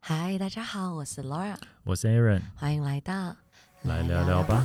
嗨，大家好，我是 Laura，我是 Aaron，欢迎来到来聊聊吧。。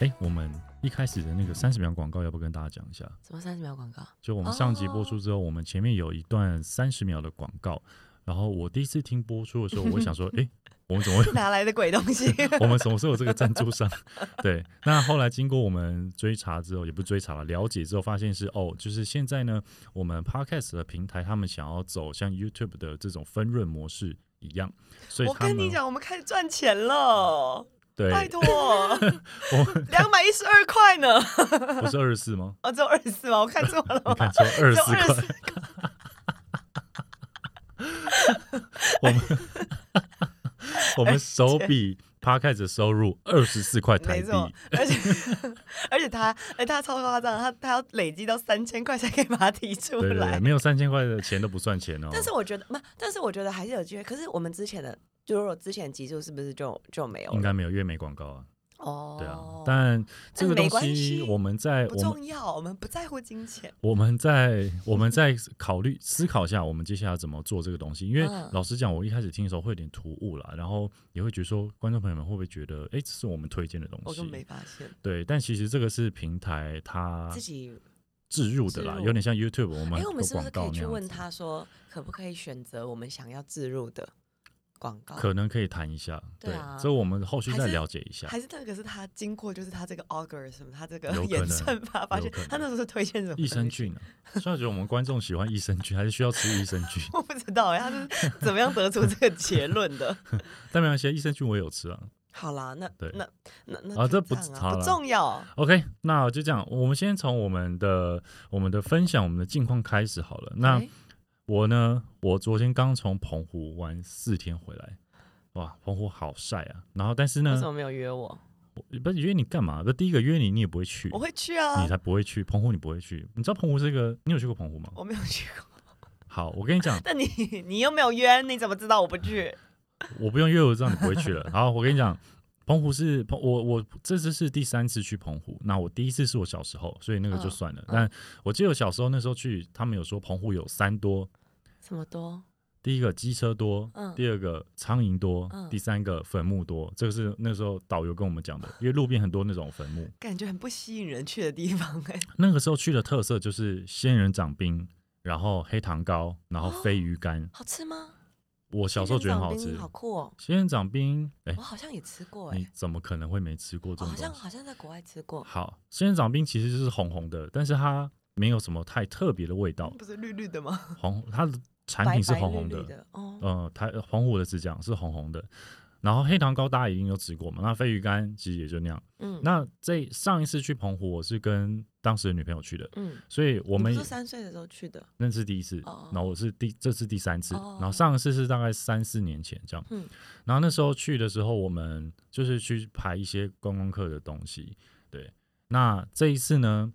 哎，我们一开始的那个三十秒广告，要不跟大家讲一下？什么三十秒广 告？就我们上集播哦出之后，我们前面有一段三十秒的广告，然后我第一次听播出的时候，我会想 说，哎，我们怎么会哪来的鬼东 西？我们什么时候有这个赞助商？ 对，那后来经过我们追查之后，也不追查了，了解之后发现是哦，就是现在呢，我们 podcast 的平台他们想要走像 YouTube 的这种分润模式一样，所以我他跟你们讲，我们开始赚钱了，对，拜托，我们两百一十二块呢，不是二十四吗？哦，只有二十四吗？我看错 了你看吗？错二只有十四二块，十， 我们我们手比 podcast 的收入二十四块台没币，错， 而且而且他，哎，他超夸张，他他要累积到三千块才可以把它提出对对哦对，来。没有三千块的钱都不算钱哦。但是我觉得，不，但是我觉得还是有机会。可是我们之前的，就如果之前集数是不是就就没有应了？该没有月美广告啊，哦，对啊，但这个没东关西系我们在不我们重要，我们不在乎金钱。我们在我们在考虑思考一下，我们接下来怎么做这个东西。因为嗯老实讲，我一开始听的时候会有点突兀啦，然后也会觉得说，观众朋友们会不会觉得，哎，这是我们推荐的东我根本没西？发现对，但其实这个是平台它自己。置入的啦植，入有点像 YouTube 我们哎，啊有我们是不广是可告以那去样问子。他说，可不可以选择我们想要置入的广告？可能可以谈一下，对啊所以我们后续还再是了解一下。还是那个是他经过，就是他这个 auger 什么，他这个有可演能算法发有现可能他那时候是推荐什么益生东西，菌啊，虽然觉得我们观众喜欢益生菌，还是需要吃益生菌，我不知道哎、他是怎么样得出这个结论的？但没关系，益生菌我也有吃啊。好啦，那对那那那啊就这不样好啊啦不重要， OK，那就这样，我们先从我们的我们的分享我们的近况开始好了。那哎我呢，我昨天刚从澎湖玩四天回来，哇，澎湖好晒啊！然后但是为呢什，么没有约我？我不是约你干嘛？不，第一个约你，你也不会去，我会去啊呃你，才不会去澎湖，你不会去。你知道澎湖是一个，你有去过澎湖吗？我没有去过。，好，我跟你讲但你你又没有约，你怎么知道我不去？我不用约我知道你不会去了。好，我跟你讲，澎湖是澎，我我这次是第三次去澎湖。那我第一次是我小时候，所以那个就嗯算了。嗯但我记得我小时候那时候去，他们有说澎湖有三多。什么多？第一个鸡车多，嗯第二个苍蝇多，嗯第三个坟墓多。这个是那时候导游跟我们讲的，因为路边很多那种坟墓。感觉很不吸引人去的地方哎、那个时候去的特色就是仙人掌冰，然后黑糖糕，然后飞鱼干。好吃吗？我小时候觉得很好吃。好酷哦！仙人掌冰，哎、我好像也吃过你哎，怎么可能会没吃过这我哦种好东像西？好像在国外吃过。好，仙人掌冰其实就是红红的，但是它没有什么太特别的味道， 不是绿绿的 吗？红它的产品是红红嗯白白绿绿的哦，呃，台黄虎的是这样，是红红的。然后黑糖糕大家一定都吃过嘛，那鲱鱼干其实也就那样。嗯那这上一次去澎湖，我是跟当时的女朋友去的，嗯，所以我我们是三岁的时候去的，那是第一次，哦然后我是第这次第三次，哦然后上一次是大概三四年前这样。嗯然后那时候去的时候，我们就是去排一些观光客的东西，对。那这一次呢，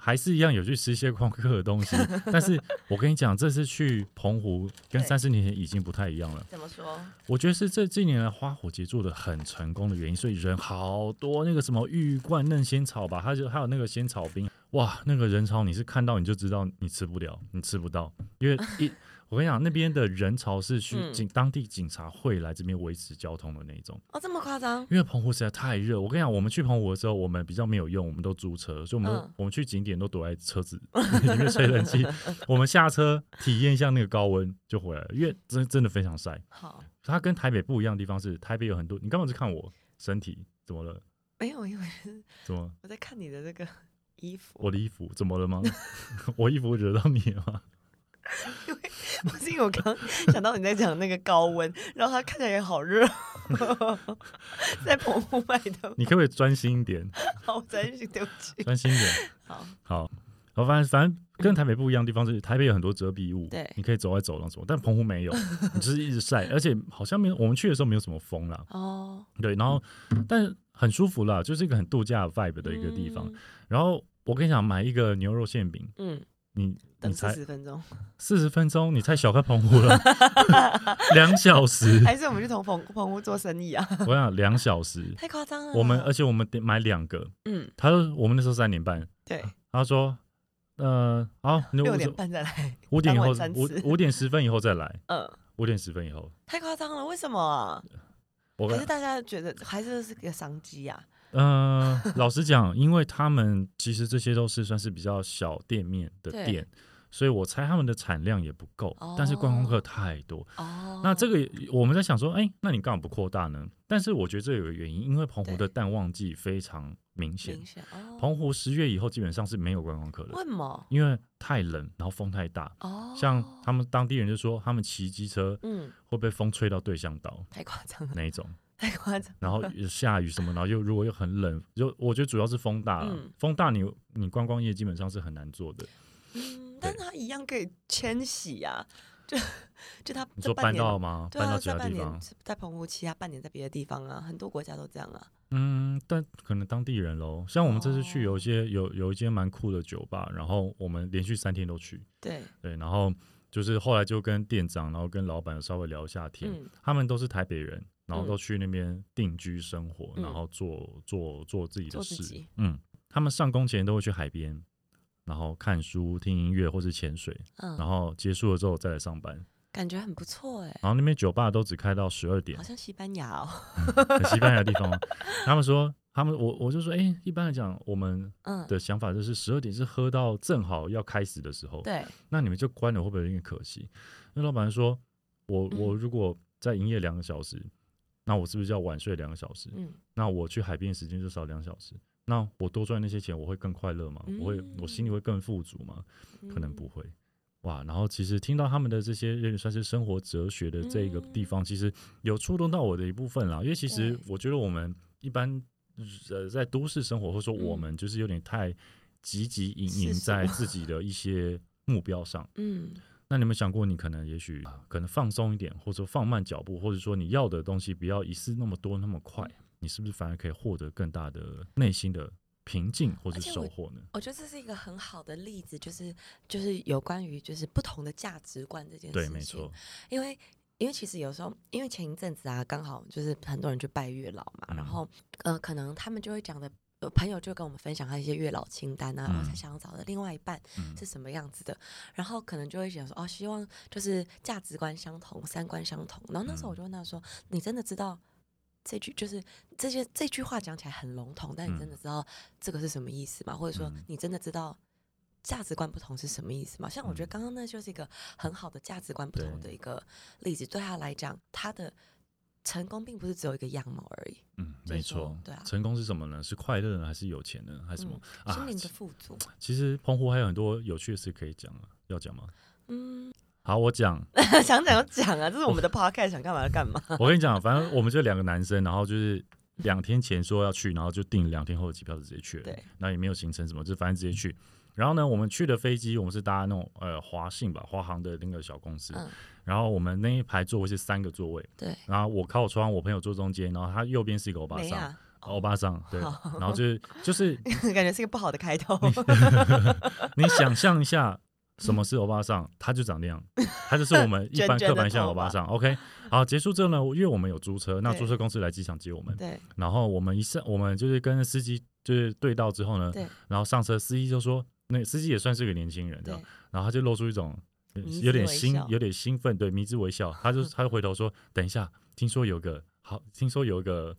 还是一样有去吃一些观光客的东西，但是我跟你讲，这次去澎湖跟对三十年前已经不太一样了。怎么说？我觉得是这近年来花火节做的很成功的原因，所以人好多。那个什么玉冠嫩仙草吧，它就还有那个仙草冰，哇，那个人潮你是看到你就知道你吃不了，你吃不到，因为一我跟你讲，那边的人潮是需嗯警、当地警察会来这边维持交通的那一种。哦，这么夸张？因为澎湖实在太热，我跟你讲，我们去澎湖的时候，我们比较没有用，我们都租车，所以我们都、嗯我们去景点都躲在车子里面吹冷气，我们下车体验一下那个高温就回来了，因为真真的非常晒。好，它跟台北不一样的地方是，台北有很多。你干嘛只看我身体？怎么了？没有，因为 怎么？我在看你的这个 衣服，我的衣服怎么了吗？ 我衣服惹到你了吗？ 不是因为我刚 想到你在讲那个高温， 然后它看起来也好热， 在澎湖买的，你可不可以专心一点？好真是对不起。专心一点。 好，好，好，反正反正跟台北不一样的地方是，台北有很多遮蔽物，对你可以走在走廊什么，但澎湖没有，你就是一直晒，而且好像没有，我们去的时候没有什么风啦，哦，对，然后但很舒服啦，就是一个很度假 vibe 的一个地方。嗯然后我跟你讲，买一个牛肉馅饼，嗯，你你等四才十分 钟，四十分钟，你太小看澎湖 了， 两小时。还是我们去同澎澎湖做生意啊？我想两小时，太夸张了。我们而且我们得买两个。嗯，他说我们那时候三点半，对，他说，呃，好，那六嗯我点半再 来，五点以后当晚餐，吃五五点十分以后再来，嗯，五点十分以后。太夸张了，为什么啊？我还是大家觉得还是是个商机啊？嗯、呃，老实讲，因为他们其实这些都是算是比较小店面的对店，所以我猜他们的产量也不够，哦但是观光客太多。哦，那这个也我们在想说，哎、那你干嘛不扩大呢？但是我觉得这有个原因，因为澎湖对的淡旺季非常明显明，显哦，澎湖十月以后基本上是没有观光客的，为什么？因为太冷，然后风太大。哦，像他们当地人就说，他们骑机车嗯，会被风吹到对向岛太夸张了，那一 种，太夸张，然后下雨什么，然后又如果又很冷，就我觉得主要是风大了嗯，风大你你观光业基本上是很难做的。嗯，但他一样可以迁徙啊，就就他你这说半搬年到吗？对搬啊，到其这他半地年方？是在澎湖期，他半年在别的地方啊，很多国家都这样啊。嗯，但可能当地人喽。像我们这次去哦有一些有有一间蛮酷的酒吧，然后我们连续三天都去，对，对，然后就是后来就跟店长，然后跟老板稍微聊一下天，嗯他们都是台北人，然后嗯都去那边定居生活，嗯然后做做做自己的做自事己。嗯，他们上工前都会去海边，然后看书、听音乐或是潜水，然嗯，后结束了之后再来上班。感觉很不错哎，然后那边酒吧都只开到十二点好，像西班牙哦，很西班牙的地方。他们说，他们我我就说，哎、一般来讲，我们嗯，的想法就是十二点是喝到正好要开始的时候，对，那你们就关了会不会有点可惜？那老板说，我嗯我如果再营业两个小时，那我是不是要晚睡两个小时？嗯，那我去海边时间就少两小时，那我多赚那些钱，我会更快乐吗？我会我心里会更富足吗？可能嗯不会。哇，然后其实听到他们的这些有点算是生活哲学的这个地方，其实有触动到我的一部分啦。因为其实嗯对我觉得我们一般呃在都市生活，或者说我嗯们就是有点太汲汲营营世俗在自己的一些目标上。嗯，那你有没有想过，你可能也许啊可能放松一点，或者说放慢脚步，或者说你要的东西不要一次那么多那么快，你是不是反而可以获得更大的内心的平静或是而且我收获呢？我觉得哦这是一个很好的例子，就是就是有关于就是不同的价值观这件事对，情。没错，因为因为其实有时候，因为前一阵子啊，刚好就是很多人去拜月老嘛，然嗯后呃，可能他们就会讲的。有朋友就跟我们分享他一些月老清单啊，然后他嗯想要找的另外一半嗯是什么样子的，然后可能就会想说哦，希望就是价值观相同、三观相同。然后那时候我嗯就问他说：“你真的知道这句就是这些这句话讲起来很笼统，但你真的知道这个是什么意思吗？或者说嗯你真的知道价值观不同是什么意思吗？像我觉得嗯刚刚那就是一个很好的价值观不同对的一个例子，对他来讲，他的成功并不是只有一个样貌而已，嗯，就是没说错，对啊嗯成功是什么呢？是快乐呢，还是有钱呢，还是什么、心啊灵的其？富足。 其实澎湖还有很多有趣的事可以讲啊，要讲吗？嗯，好，我讲。想讲就讲啊，这是我们的 podcast，想干嘛就干 嘛。我跟你讲，反正我们就两个男生，然后就是两天前说要去，然后就订两天后的机票就直接去了，对，然后也没有行程什么，就反正直接去。然后呢，我们去的飞机，我们是搭那种呃华信吧，华航的那个小公司。嗯然后我们那一排座位是三个座位，对，然后我靠窗，我朋友坐中间，然后他右边是一个欧巴没桑，啊，哦欧巴桑 对，然后就是就是感觉是一个不好的 开头。 你想象一下，什么是欧巴桑？他就长那样，他就是我们一 般刻板印象的欧巴桑。OK，好，结束之后呢，因为我们有租车，那对租车公司来机场接我们， 对，然后我们一上，我们就是跟司机就是对到之后呢对，然后上车，司机就说，那司机也算是个年轻人，这样对然后他就露出一种呃迷之有点微兴笑有点兴奋，对，迷之微笑，他就他就回头说，等一下，听说有个好，听说有一个。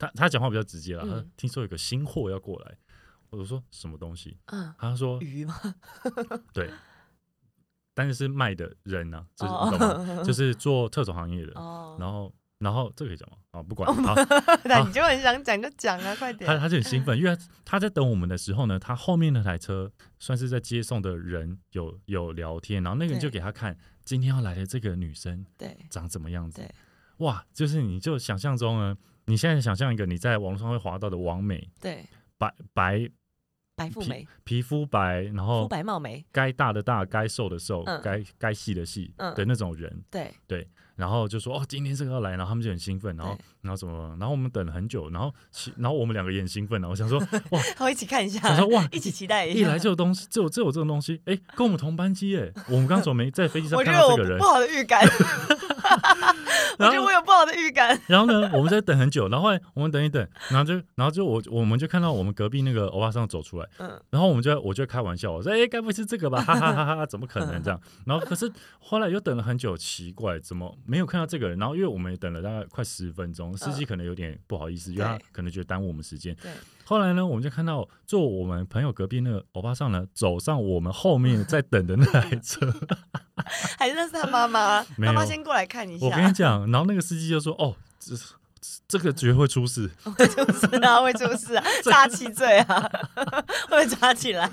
他他讲话比较直接了，他说嗯听说有个新货要过来，我说什么东西？嗯，他说鱼吗？对，但是是卖的人呢、就是、哦你懂 吗？就是做特种行业的，哦，然后然后这个可以讲吗？啊，不哦管，好，那你就很想讲就讲啊，快他点。他就很 兴奋，因为他在等我们的时候呢，他后面那台车算是在接送的人有有聊天，然后那个人就对给他看今天要来的这个女生对，长怎么样子对，哇，就是你就想象中呢，你现在想象一个你在网络上会滑到的网美对，白白白富美，皮哦肤白，然肤后白貌美，该大的大，该瘦的瘦，嗯该该细的细嗯的那种人，对，然后就说哦，今天这个要来，然后他们就很兴奋，然后对然后怎么，然后我们等了很久，然后其然后我们两个也很兴奋，然后想 说哇，好，一起看一下，想说哇， 一起期待一一下。来就有东西，就有就有这种东西，哎，跟我们同班机哎，我们刚从没在飞机上我觉看得到我这个人不，好的预 感，我然觉得后我有不好的预感。然后呢，我们在等很久，然后后来我们等一等，然后就然后就我我们就看到我们隔壁那个欧巴桑走出来，嗯然后我们就我就开玩笑，我说哎，该不会是这个吧，哈哈哈哈，怎么可能这样？ 然后可是后来又等了很久，奇怪，怎么没有看到这个人？然后因为我们也等了大概快十分钟，司机可能有点不好意思，因为他对可能觉得耽误我们时间对。后来呢，我们就看到坐我们朋友隔壁那个欧巴桑呢，走上我们后面在等的那台车。还是那是他妈妈， 没有妈妈先过来看一我跟你下，讲，然后那个司机就说：“哦，这这个绝对会出事。”就是啊，会出 事啊，诈欺罪啊， 会被抓起来。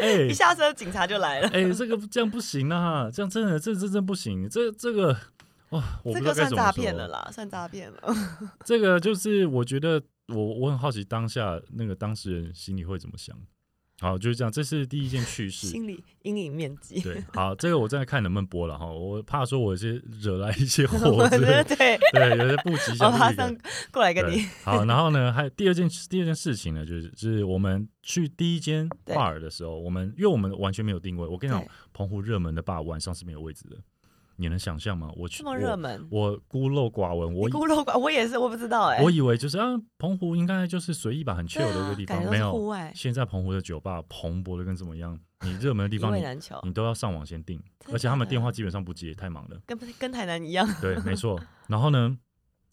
哎一，下车警察就 来了，哎、这个这样不行啊！这样真的，这这真不行。这这个，哇，我不这知道个该算怎诈么说。骗了啦，算诈骗了。这个就是我觉得我我很好奇当下那个当事人心里会怎么想。好，就是这样，这是第一件趣事。心理阴影面积，对，好，这个我正在看能不能播了哈，我怕说我是惹来一些 我祸觉得之类的，对，对，有些不吉我祥马的语上言。过来跟 对你，好，然后 呢，还有第二件第二件事情呢，就是就是我们去第一间对 bar 的时候，我们因为我们完全没有定位，我跟你讲对，澎湖热门的 bar 晚上是没有位置的，你能想象吗？我去这么热门，我，我孤陋寡闻，我你以孤陋寡，我也是，我不知道哎，我以为就是啊，澎湖应该就是随意吧，很 chill 对啊的一个地感方，觉都没是户有。外，现在澎湖的酒吧蓬勃的跟怎么样？你热门的地一方位你嗯难求，你都要上网先订，真的而且他们假的电话基本上不接，太忙了。跟跟台南一样， 对，没错。然后呢，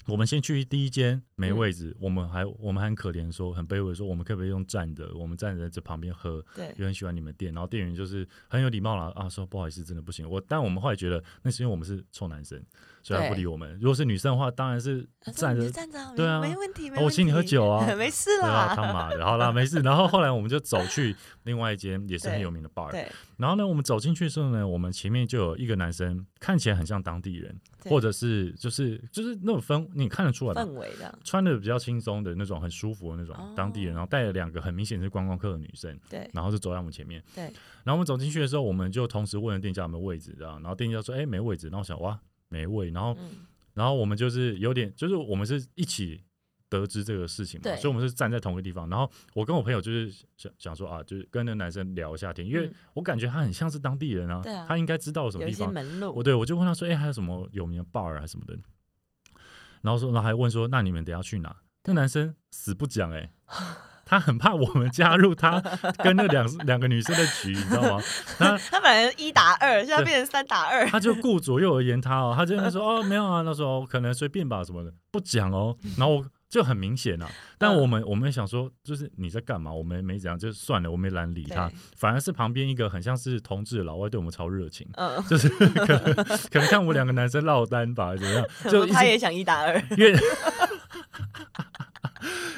我们先去第一间没嗯位置，我们还我们还很可怜说，很卑微说，我们可不可以用站的？我们站着在这旁边喝，对，也很喜欢你们店。然后店员就是很有礼貌啦，啊，说不好意思，真的不行。我但我们后来觉得那是因为我们是臭男生，所以他不对理我们。如果是女生的话，当然是他说站你着就。站着啊，对啊没没问题，没啊我问请你喝题，酒 啊， 没事对啊，他啦，妈的，好啦，没事。然后后来我们就走去另外一间也是很对有名的 bar，对，然后呢，我们走进去的时候呢，我们前面就有一个男生，看起来很像当地人，对嗯或者是就是就是那种氛，你看得出来吧氛？围的，穿的比较轻松的那种，很舒服的那哦种当地人，然后带了两个很明显是观光客的女生，对然后就走在我们前面。对然后我们走进去的时候，我们就同时问了店家有没有位置，这样，然后店家说：“哎，没位置。”然后我想哇，没位。然后嗯，然后我们就是有点，就是我们是一起得知这个事情嘛，对所以我们是站在同一个地方。然后我跟我朋友就是想想说啊，就是跟那个男生聊一下天，因为嗯我感觉他很像是当地人啊，对啊他应该知道什么有地一些方。门我路，对我就问他说，哎、还有什么有名的 bar 啊什么的，然后说，然后还问说，那你们等一下去哪？那男生死不讲、哎。他很怕我们加入他跟那两两个女生的局，你知道吗？他他本来是一打二，现在变成三打 二，他就顾左右而言他哦，他就在那说哦没有啊，那时候可能随便吧什么的，不讲哦。嗯然后我就很明显啊，但我们我们想说，就是你在干嘛？我们没怎样，就算了，我们也懒得理他对。反而是旁边一个很像是同志的老外对我们超热情，嗯，就是可能可能看我们两个男生落单吧，怎么样？就 一他直也想一打 二，因为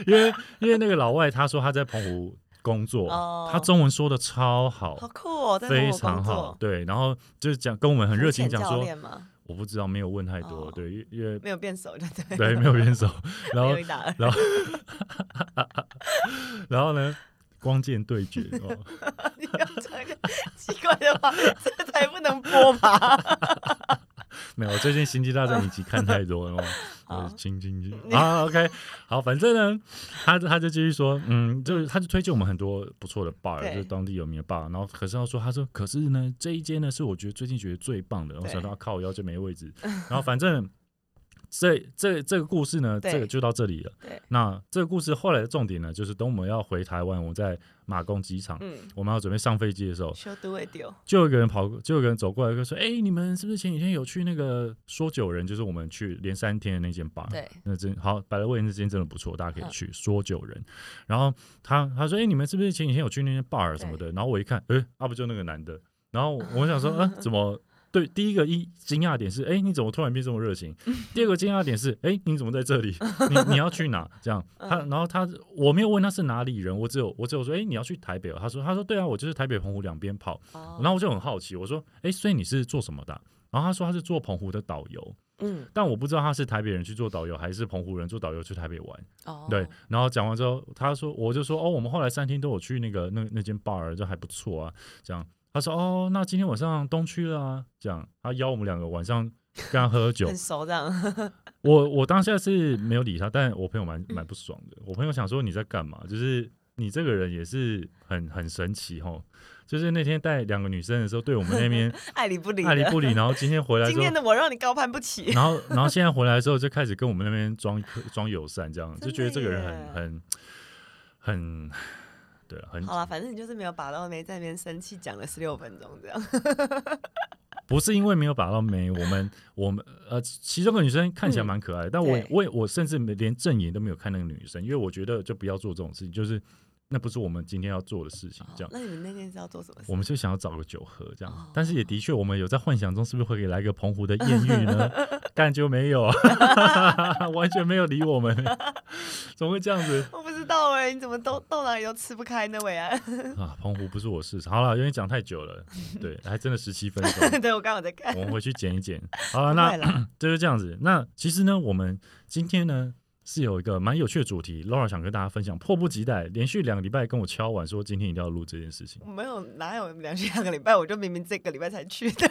因为因为那个老外他说他在澎湖工作，哦他中文说的超好。好酷哦，在非跟我工常好，作，对，然后就是讲跟我们很热情浮潜讲教说，练吗？我不知道，没有问太多，哦对，因因为没有变熟，对对 对 没有元首，然没后有一打二，然后呢，光剑对决哦， 你要讲一个奇怪的话， 这才不能播吧？ 没有，我最近星际大战影集看太多 了，哦，好亲亲你亲啊，OK，好，反正呢，他他就继续说，嗯，就是他就推荐我们很多不错的 bar，对就是当地有名的 bar，然后可是他说，他说，可是呢，这一间呢是我觉得最近觉得最棒的，我对想到靠腰就没位 置，然后反正。这这这个故事呢，对这个就到这里了。对那这个故事后来的重点呢，就是等我们要回台湾，我们在马公机场，嗯我们要准备上飞机的时候， ，show do it 丢，就有一个人跑过，就有一个人走过来就说：“哎、你们是不是前几天有去那个说酒人？就是我们去连三天的那间 bar？对，那真好，百乐味那间真的不错，大家可以去、说酒人。然后他他说：哎、你们是不是前几天有去那间 bar 什么的？然后我一看，哎、啊不就那个男的。然后我我想说，啊怎么？对，第一个一惊讶点是，哎、你怎么突然变这么热情？第二个惊讶点是，哎、你怎么在这里？你你要去哪？这样，他然后他我没有问他是哪里人，我只有我只有说，哎、你要去台北、哦？他说他说对啊，我就是台北澎湖两边跑。哦然后我就很好奇，我说：“哎，所以你是做什么的啊、然后他说他是做澎湖的导游。嗯，但我不知道他是台北人去做导游，还是澎湖人做导游去台北玩。哦，对，然后讲完之后，他说，我就说，哦，我们后来三天都有去那个那那间 bar，就还不错啊。这样，他说，哦，那今天晚上东区了啊。这样，他邀我们两个晚上跟他喝酒很。熟这样， 我我当下是没有理他，但我朋友蛮嗯蛮不爽的。我朋友想说你在干嘛？就是你这个人也是很很神奇吼。就是那天带两个女生的时候，对我们那边爱理不理的。爱理不理，然后今天回来之今后天，的我让你高攀不起。然后然后现在回来之后就开始跟我们那边装装友善，这样真的就觉得这个人耶很很很对啊，很好了，反正你就是没有把到妹在那边生气，讲了十六分钟这样。哦不是因为没有把到眉，我们我们呃，其中一个女生看起来蛮可爱的，但我嗯对我也我甚至没连正眼都没有看那个女生，因为我觉得就不要做这种事情，就是那不是我们今天要做的事情，这哦样。那你们那天是要做什么事我？们就想要找个酒喝，这样哦，但是也的确，我们有在幻想中是不是会给来个澎湖的艳遇呢？但就没有，完全没有理我们，怎么会这样子我不知道哎、你怎么嗯都到哪里都吃不开呢，伟安？ 啊？澎湖不是我市场。好了，因为讲太久了，对，还真的十七分 钟，对我刚好在看。我们回去剪一剪。好了，啊那对了，就是这样子。那其实呢，我们今天呢是有一个蛮有趣的主题，Laura 想跟大家分享，迫不及待，连续两个礼拜跟我敲碗说今天一定要录这件事情。我没有哪有两两个礼拜，我就明明这个礼拜才去的，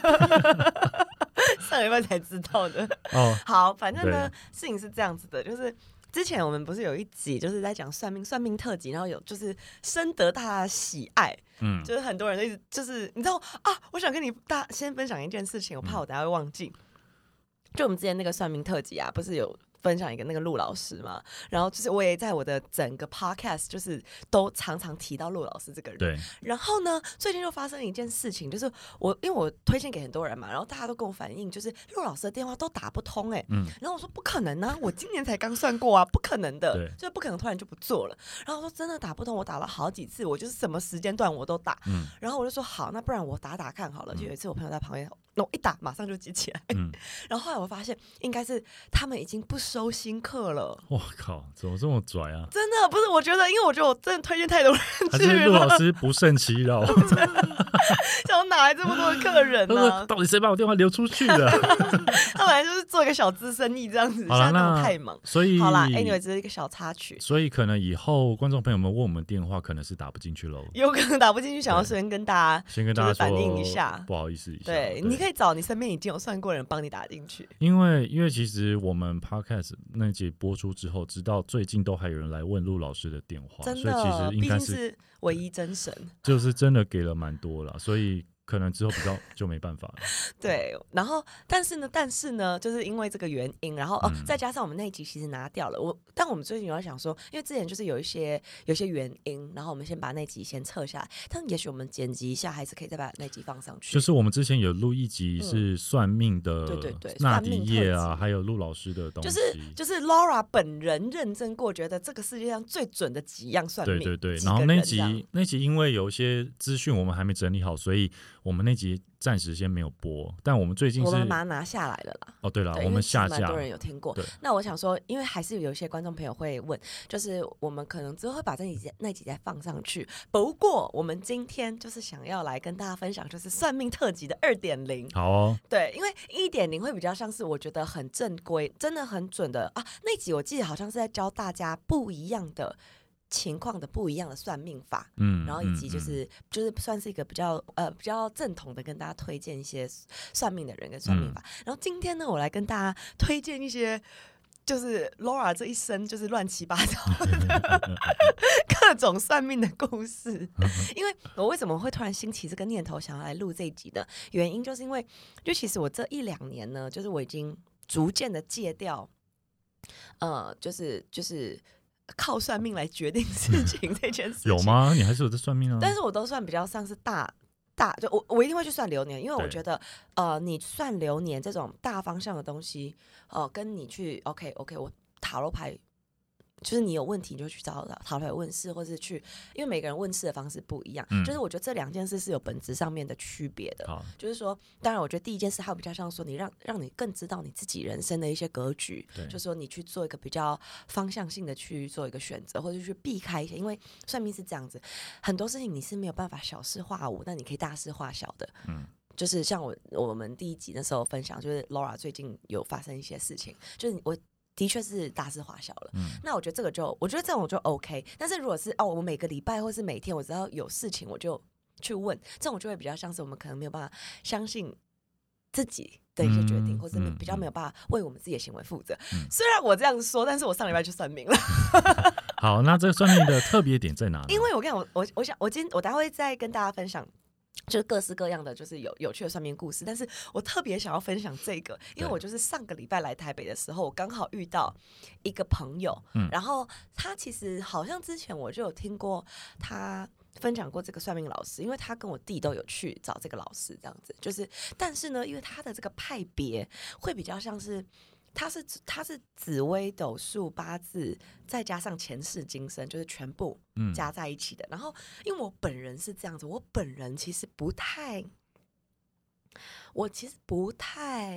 上礼拜才知道的。哦，好，反正呢对，事情是这样子的，就是之前我们不是有一集就是在讲算命，算命特辑，然后有就是深得大家的喜爱，嗯，就是很多人都一直就是你知道啊，我想跟你大先分享一件事情，我嗯怕我等下会忘记。就我们之前那个算命特辑啊，不是有分享一个那个陆老师嘛？然后就是我也在我的整个 podcast 就是都常常提到陆老师这个人。对，然后呢，最近就发生了一件事情，就是我因为我推荐给很多人嘛，然后大家都跟我反映，就是陆老师的电话都打不通哎、嗯然后我说不可能啊，我今年才刚算过啊，不可能的对，就是不可能突然就不做了。然后我说真的打不通，我打了好几次，我就是什么时间段我都打。嗯然后我就说好，那不然我打打看好了。就有一次我朋友在旁边，那我一打马上就接起来。嗯，然后后来我发现应该是他们已经不收新客了。我靠，怎么这么 拽啊？真的不是，我觉得，因为我觉得我真的推荐太多人还去是陆老了，师不胜其扰？ 想哪来这么多的客人 他呢、说到底谁把我电话流出去了？他本来就是做一个小资生意这样子，好现在啦那么太忙。 所以好啦，anyway，这是一个小插曲，所以可能以后观众朋友们问我们电话，可能是打不进去喽。有可能打不进去，想要对先跟大家。先跟大家说就是反映一下不好意思一下。对，你可以找你身边已经有算过的人帮你打进去。因为因为其实我们 podcast 那集播出之后，直到最近都还有人来问陆老师的电话，所真以的，其实毕应该竟是是唯一真神。就是真的给了蛮多了，所以可能之后比较就没办法了。对，然后但是呢，但是呢，就是因为这个原因，然后哦，嗯再加上我们那一集其实拿掉了，我但我们最近有在想说，因为之前就是有一些有一些原因，然后我们先把那集先撤下来，但也许我们剪辑一下，还是可以再把那集放上去。嗯就是我们之前有录一集是算命的，对对对纳算迪命叶特啊，辑还有陆老师的东西，就是就是 Laura 本人认证过，觉得这个世界上最准的几样算对命。对对。几个然后那人这样集那集因为有一些资讯我们还没整理好，所以我们那集暂时先没有播，但我们最近我是们把它拿下来了啦。哦对了，对，因我为们其实下蛮架多人有听过对。那我想说，因为还是有一些观众朋友会问，就是我们可能之后会把这几集那几集再放上去。不过我们今天就是想要来跟大家分享，就是算命特辑的二点零。好哦，对，因为一点零会比较像是我觉得很正规，真的很准的啊。那集我记得好像是在教大家不一样的情况的不一样的算命法。嗯，然后以及嗯就嗯是、就是算是一个比较呃比较正统的，跟大家推荐一些算命的人跟算命嗯法。然后今天呢，我来跟大家推荐一些。就是 Laura 这一生就是乱七八糟的 各种算命的故 事，因为我为什么会突然兴起这个念头，想要来录这一集的原因，就是因为就其实我这一两年呢，就是我已经逐渐的戒掉，呃，就是就是靠算命来决定事情这件事情。 有吗？你还是有在算命啊？但是我都算比较像是大大，就我我一定会去算流年，因为我对觉得呃，你算流年这种大方向的东西，呃，跟你去 OK OK，我塔罗牌。就是你有问题，你就去找塔罗牌问事，或是去，因为每个人问事的方式不一样。嗯就是我觉得这两件事是有本质上面的区别的。好，就是说，当然，我觉得第一件事还有比较像说，你让让你更知道你自己人生的一些格局，对就是说你去做一个比较方向性的去做一个选择，或者去避开一些，因为算命是这样子，很多事情你是没有办法小事化无，那你可以大事化小的。嗯，就是像我我们第一集那时候分享，就是 Laura 最近有发生一些事情，就是我的确是大事化小了。嗯那我觉得这个就，我觉得这种就 OK。但是如果是哦，我每个礼拜或是每天，我只要有事情我就去问，这种就会比较像是我们可能没有办法相信自己的一些决定，嗯或是没嗯比较没有办法为我们自己的行为负责。嗯虽然我这样说，但是我上礼拜去算命了，好，那这个算命的特别点在哪呢？因为我跟你讲，我我我想我今天我待会再跟大家分享。就是各式各样的，就是有有趣的算命故事，但是我特别想要分享这个，因为对我就是上个礼拜来台北的时候，我刚好遇到一个朋友，嗯然后他其实好像之前我就有听过他分享过这个算命老师，因为他跟我弟都有去找这个老师，这样子就是，但是呢，因为他的这个派别会比较像是。他是他是紫微斗数八字，再加上前世今生，就是全部嗯加在一起的。然后，因为我本人是这样子，我本人其实不太，我其实不太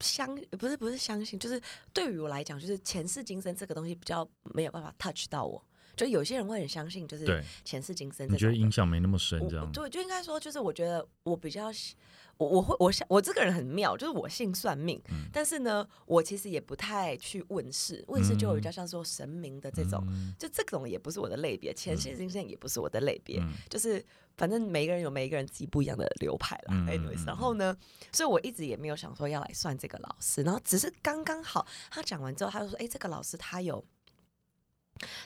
相，不是不是相信，就是对于我来讲，就是前世今生这个东西比较没有办法 touch 到我。就有些人会很相信，就是对，前世今生这种的。你觉得影响没那么深，这我样？对，就应该说，就是我觉得我比较喜，我我会我想我这个人很妙，就是我信算命，嗯但是呢，我其实也不太去问世，问世就嗯比较像说神明的这种，嗯就这种也不是我的类别，前世今生也不是我的类别，嗯就是反正每个人有每个人自己不一样的流派啦嗯 a 嗯 n y 嗯然后呢，所以我一直也没有想说要来算这个老师，然后只是刚刚好他讲完之后，他就说：“哎、这个老师他有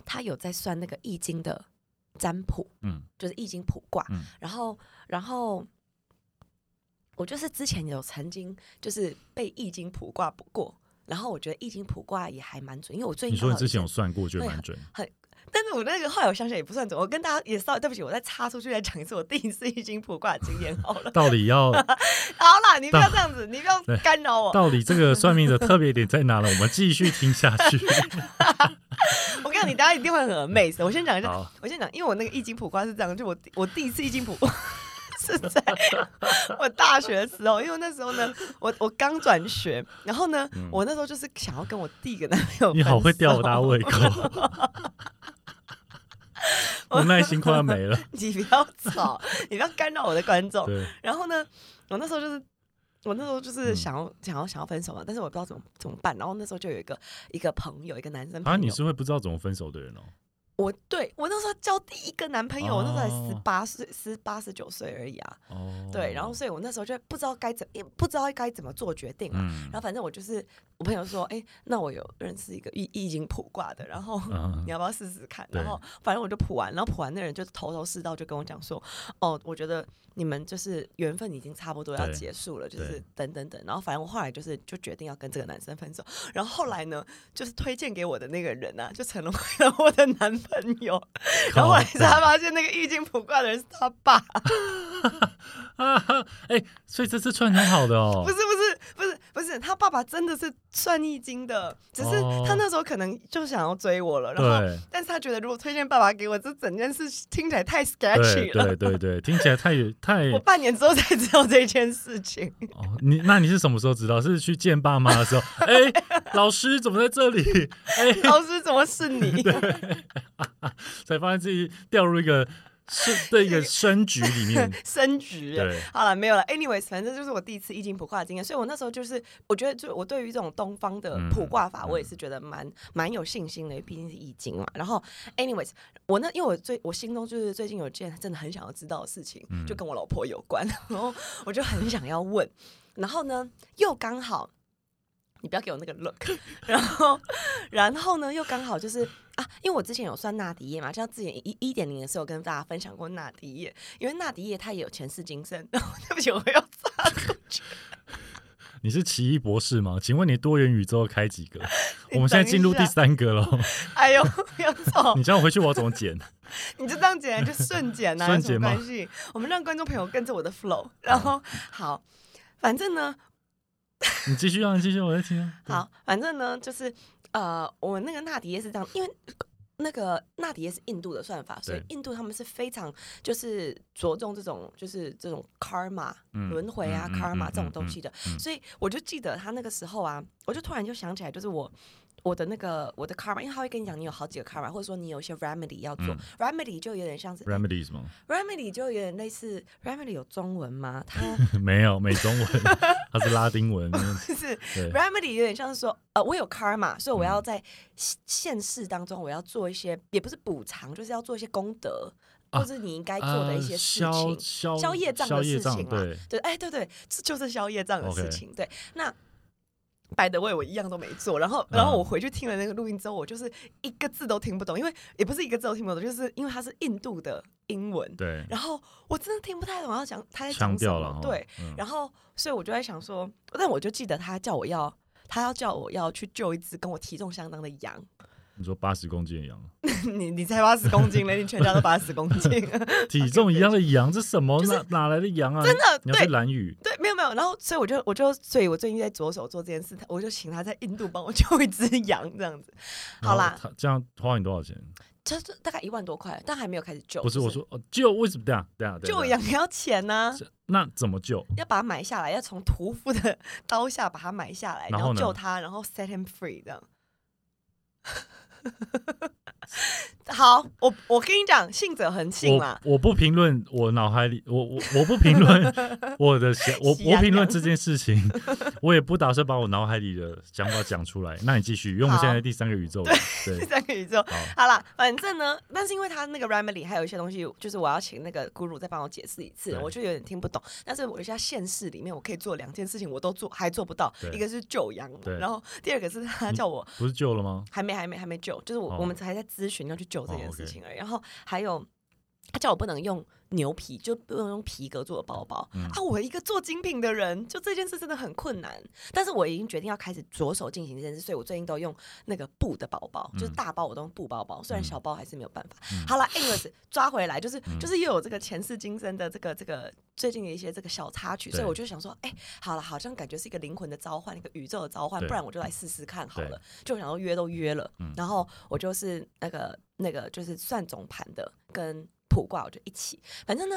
他有在算那个易经的占卜，嗯就是易经卜卦。嗯然后，然后我就是之前有曾经就是被易经卜卦卜过，然后我觉得易经卜卦也还蛮准，因为我最近你说刚你好之前有有一算过，觉得对啊蛮准。。但是我那个后来我想想也不算准，我跟大家也稍微对不起，我再插出去再讲一次我第一次易经卜卦的经验好了 到底要好啦，你不要这样子，你不要对干扰我。到底这个算命的特别点在哪呢？我们继续听下 去。我跟你讲，你大家一定会很 amazed。我先讲一下，嗯 好，我先讲，因为我那个易经卜卦是这样，就我第我第一次易经卜卦是 在我大学的时候，因为那时候呢，我我刚转学，然后呢，嗯我那时候就是想要跟我弟跟男朋友，你好会吊我大家胃口， 我耐心快要没了。你不要吵，你不要干扰我的观众。对，然后呢，我那时候就是。我那时候就是嗯想要、想要想要分手嘛，但是我不知道怎么怎么办。然后那时候就有一个一个朋友，一个男生朋友，啊，你是会不知道怎么分手的人哦。我对我那时候交第一个男朋友，我那时候才哦十八岁、十八十九岁而已啊。哦，对，然后所以我那时候就不知道该怎么，不知道该怎么做决定啊。嗯然后反正我就是我朋友说，哎、那我有认识一个易易经卜卦的，然后。嗯你要不要试试看？对然后反正我就卜完，然后卜完那人就头头是道，就跟我讲说，哦，我觉得你们就是缘分已经差不多要对结束了，就对是等等等。然后反正我后来就是就决定要跟这个男生分手。然后后来呢，就是推荐给我的那个人啊，就成了 我的男朋友。然后哦后来才发现那个易经卜卦的人是他爸，啊，哎、所以这次串很好的哦 不。是不是不是不是，他爸爸真的是算易经的，只是哦他那时候可能就想要追我了，然后。对但是他觉得，如果推荐爸爸给我，这整件事听起来太对 sketchy 了。对对对，听 起来太太我半年之后才知道这件事 情，哦，你那你是什么时候知道？是去见爸妈 的时候？哎、老师怎么在这里？哎、老师怎么是你？才发现自己掉入一个深的一个深局里 面。生局。对，好了，没有了。Anyways，反正就是我第一次易经卜卦的经验，所以我那时候就是，我觉得就我对于这种东方的嗯卜卦法，我也是觉得蛮蛮有信心的，毕竟是易经嘛。然后，anyways，我那因为我最我心中就是最近有件真的很想要知道的事情，嗯就跟我老婆有关， 然后我就很想要问，然后呢又刚好。你不要给我那个 look，然 后，然后呢，又刚好就是啊，因为我之前有算纳迪叶嘛，像之前一一点零的时候，跟大家分享过纳迪叶，因为纳迪叶他也有前世今生，然后 对不起，我又插出去。你是奇异博士吗？请问你多元宇宙开几个？ 你我们现在等一进入第下哦三个了。哎呦，不要走 你，叫我回去，我要怎么 剪？你就这样剪，就瞬剪 呐、啊，有瞬什剪么吗关系？我们让观众朋友跟着我的 flow，然后好，反正呢，你继续啊，你继续，我在听啊。对，好，反正呢，就是呃，我那个纳迪耶是这样，因为那个纳迪耶是印度的算法，所以对印度他们是非常就是着重这种就是这种 karma 嗯轮回啊嗯嗯 karma 嗯这种嗯东西的嗯，所以我就记得他那个时候啊，我就突然就想起来，就是我我的那个我的 karma，因为他会跟你讲你有好几个 karma，或者说你有一些 remedy 要做、嗯 r e m e d y 就有点像是 remedies 吗？ remedy 就有点类似 remedy 有中文吗？ 它没有，没中文，它是拉丁 文。就是对，嗯 remedy 有点像是说，呃，我有 karma，所以我要在现现世当中，我要做一些，也不是补偿，就是要做一些功德，啊或是你应该做的一些事情。呃消消宵夜账的宵夜事账情啦对，对，哎，对对，这就是宵夜账的 OK 事情。对，那。摆的位我一样都没做，然嗯后，然后我回去听了那个录音之后，我就是一个字都听不懂，因为也不是一个字都听不懂，就是因为它是印度的英文，对，然后我真的听不太懂他讲他在腔讲什调了么哈。，对，嗯，然后，所以我就在想说，但我就记得他叫我要，他要叫我要去救一只跟我体重相当的羊。 你说八十公斤的羊，你你才八十公斤嘞，你全家都八十公斤， 体重一样的羊，这什么哪哪来的羊啊？真的你要去对蓝雨，对，没有没有。然后，所以我就我就所以，我最近在着手做这件事，我就请他在印度帮我 救一只羊这样子。好然后啦，他这样花你多少钱？这这大概一万多块，但还没有开始救。不是就我说，哦救为什么？等一下等一下，等一下救羊要钱呢、是那怎么救？要把它买下来，要从屠夫的 刀下把它买下来，然然后后呢救他，然后 set him free 这样。好，我我跟你讲，信者恒信啦我。我不评论我脑海里，我我我不评 论我的想，我喜我羊评论羊这件事情，我也不打算把我脑海里的想法讲出来。那你继续，因为我们现在好第三个 宇宙了，对第， 三个宇宙好，好啦，反正呢，但是因为他那个 remedy 还有一些东西，就是我要请那个 guru 再帮我解释一次对，我就有点听不懂。但是我在现实里面，我可以做两件事情，我都做还做不到对，一个是救羊嘛对，嗯然后第二个是他你叫我不是救了吗？还没还没还没救，就是我、哦我们才在咨询要去救这哦件，OK 事情而已。然后还有他叫我不能用牛皮，就不能用皮革做的包包、嗯啊！我一个做精品的人，就这件事真的很困难。但是我已经决定要开始着手进行这件事，所以我最近都用那个布的包包，就是嗯大包我都用布包包，虽然嗯小包还是没有办法。嗯好了，anyways，抓 回来就是嗯就是又有这个前世今生的这个这个最近的一些这个小插曲，所以对我就想说，哎、好了，好像感觉是一个灵魂的召唤，一个宇宙的召唤，对不然我就来试试看好对了。就想说约都约了，嗯然后我就是那个那个就是算总盘的跟卜卦我就一起，反正呢，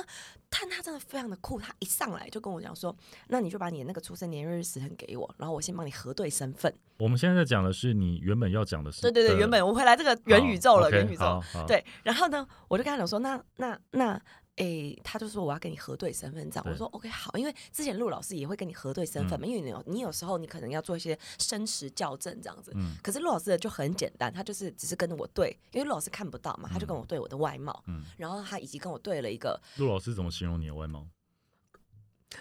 但他真的非常的酷，他一上来就跟我讲说，那你就把你那个出生年月日时辰给我，然后我先帮你核对身份。我们现在在讲的是你原本要讲的事，对对对，的原本我们会来这个元宇宙了，好，OK，元宇宙好。，好，对，然后呢，我就跟他讲说，那那那。诶、他就说我要跟你核对身份证，对嗯我说 OK 好，因为之前陆老师也会跟你核对身份嘛，因为你有你有时候你可能要做一些生实校正这样子，嗯可是陆老师的就很简单，他就是只是跟着我对，因为陆老师看不到嘛，他就跟我对我的外貌，嗯，然后他以及跟我对了一个陆老师怎么形容你的外貌？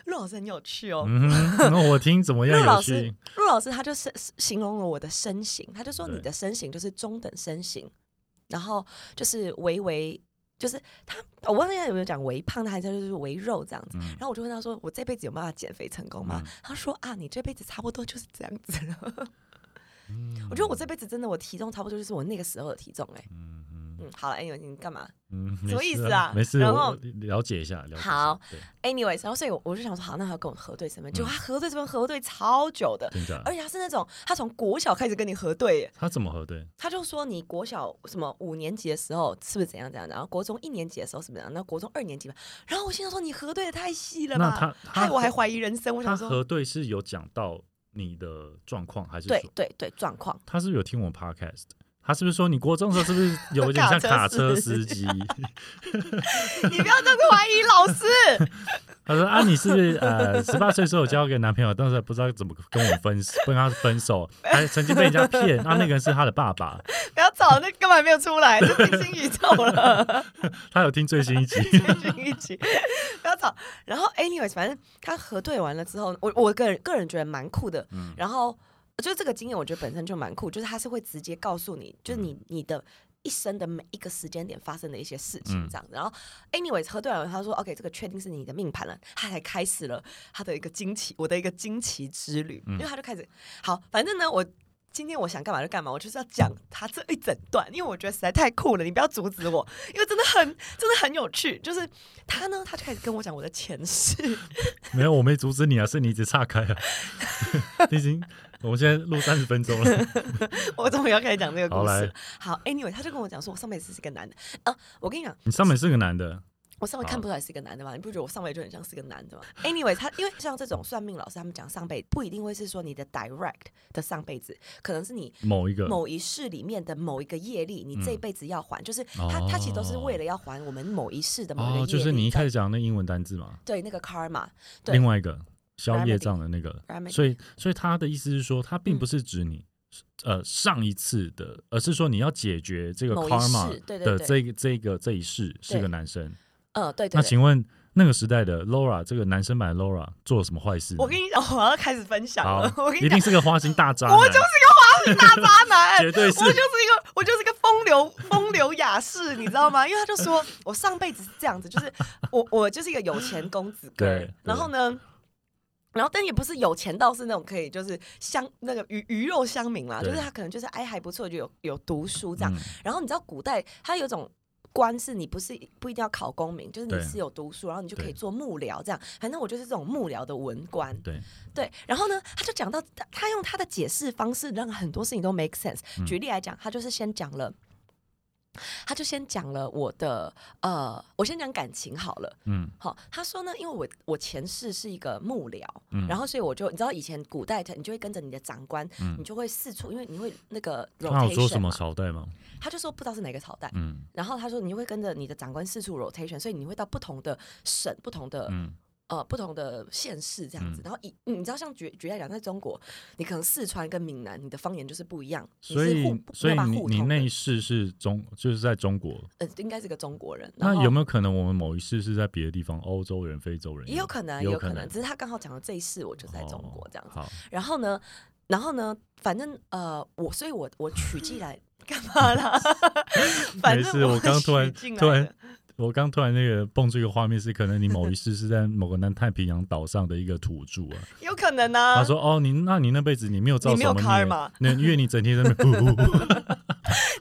陆老师很有趣哦。嗯哼，那我听怎么样陆有老师趣？，陆老师他就是形容了我的身形，他就说对你的身形就是中等身形，然后就是微微，就是他我忘记他有没有讲微胖，他还是就是微肉这样子。嗯然后我就问他说：“我这辈子有办法减肥成功吗？”嗯他说：“啊，你这辈子差不多就是这样子了。我觉得我这辈子真的，我体重差不多就是我那个时候的体重、欸。哎，嗯嗯嗯，好了，哎、呦，你干嘛？嗯，什么没意事思啊没事，然我后了解一下，了解一下好，对， anyways，然后所以我我就想说，好，那他要跟我核对身份，结嗯果他核对身份核对超久的，真假而？且他是那种他从国小开始跟你核对耶，他怎么核对？他就说你国小什么五年级的时候是不是怎样怎样，然后国中一年级的时候是不是怎样，那国中二年级吧，然后我心想说你核对的太细了那吧，他害他我还怀疑人生，我他想说核对是有讲到你的状况，还是对说对对状况， 他是不是有听我们 podcast？他是不是说你国中的时候是不是有点像卡卡车车司司 机？你不要这样怀疑老师，他说啊，你是不是呃十八岁的时候有交一个男朋友，但是不知道怎么跟我分手，跟他分手，还曾经被人家骗，啊，那个人是他的爸爸，不要找那根本没有出来，是平行宇宙了。他有听最新 一集， 一起，不要吵。然后，anyways，反正他核对完了之后，我我个人个人觉得蛮酷的。嗯然后，就是这个经验，我觉得本身就蛮酷，就是他是会直接告诉你，就是你嗯你的。一生的每一个时间点发生的一些事情，嗯这样子。然后，anyways，核对完，他说 OK，这个确定是你的命盘了，他才开始了他的一个惊奇，我的一个惊奇之旅。嗯因为他就开始，好，反正呢，我今天我想干嘛就干嘛，我就是要讲他这一整段，因为我觉得实在太酷了，你不要阻止我，因为真的很真的很有趣。就是他呢，他就开始跟我讲我的前世，没有，我没阻止你啊，是你一直岔开 啊， 你已经，我们现在录三十分钟了， 我终于要开始讲这个故好事来了。好 a n y w a y 他就跟我讲说，我上辈子是个男的。呃，我跟你讲，你上面是个男的，我上辈看不出来是一个男的嘛？你不觉得我上辈就很像是个男的吗？Anyway，他因为像这种算命老师，他们讲上辈不一定会是说你的 direct 的上辈子，可能是你某一个某一世里面的某一个业力，你这嗯辈子要还，就是他他其实都是为了要还我们某一世的某一个业哦，力。就是你一开对始讲的那英文单字嘛，对那个 karma，对另外一个消业障的那个， Remedy 所以所以他的意思是说，他并嗯不是指你。呃，上一次的，而是说你要解决这个某一 karma 世对对的对这个这个这一世是对个男生。嗯，对对那对。请问那个时代的 Laura，这个男生版的 Laura 做了什么坏事呢？我跟你讲，我要开始分享好了。我跟，你一讲定，是个花心大渣男。嗯我就是个花心大渣男， 绝对是我就是一个，我就是一个风流风流雅士，你知道吗？因为他就说我上辈子是这样子，就是 我我就是一个有钱公子哥对对，然后呢。然后，但也不是有钱到是那种可以，就是香那个鱼鱼肉乡民啦，对就是他可能就是哎还不错，就有有读书这样。嗯然后你知道古代他有种官是你不是不一定要考功名，就是你对是有读书，然后你就可对以做幕僚这样。反正我就是这种幕僚的文官。对，对，然后呢，他就讲到他他用他的解释方式让很多事情都 make sense 嗯。举例来讲，他就是先讲了。他就先讲了我的呃，我先讲感情好了。嗯好，他说呢，因为我我前世是一个幕僚，嗯，然后所以我就你知道以前古代你就会跟着你的长官，嗯你就会四处，因为你会那个他有说 rotation 什么嘛。朝代吗？他就说不知道是哪个朝代，嗯然后他说你会跟着你的长官四处 rotation，所以你会到不同的省、不同的嗯呃不同的县市这样子。嗯然后以你知道，像举举例来讲，在中国，你可能四川跟闽南，你的方言就是不一样，所你是以互不所以没有办法你互你通的那一世是中，就是在中国。呃应该是个中国人。然那有后没有可能我们某一世是在别的地方，欧洲人、非洲人？也有可能，也也有有可可能能，只是他刚好讲的这一世，我就在中国哦这样子。好，然后呢，然后呢，反正呃，我所以我我取记来干嘛啦？ 反没正事我刚突然取进来突然的我刚突然那个蹦出一个画面是，可能你某一世是在某个南太平洋岛上的一个土著啊。有可能呢、 啊。他说：“哦，你那你那辈子你没有造你没什有么孽 karma，那因为你整天在那边呼呼呼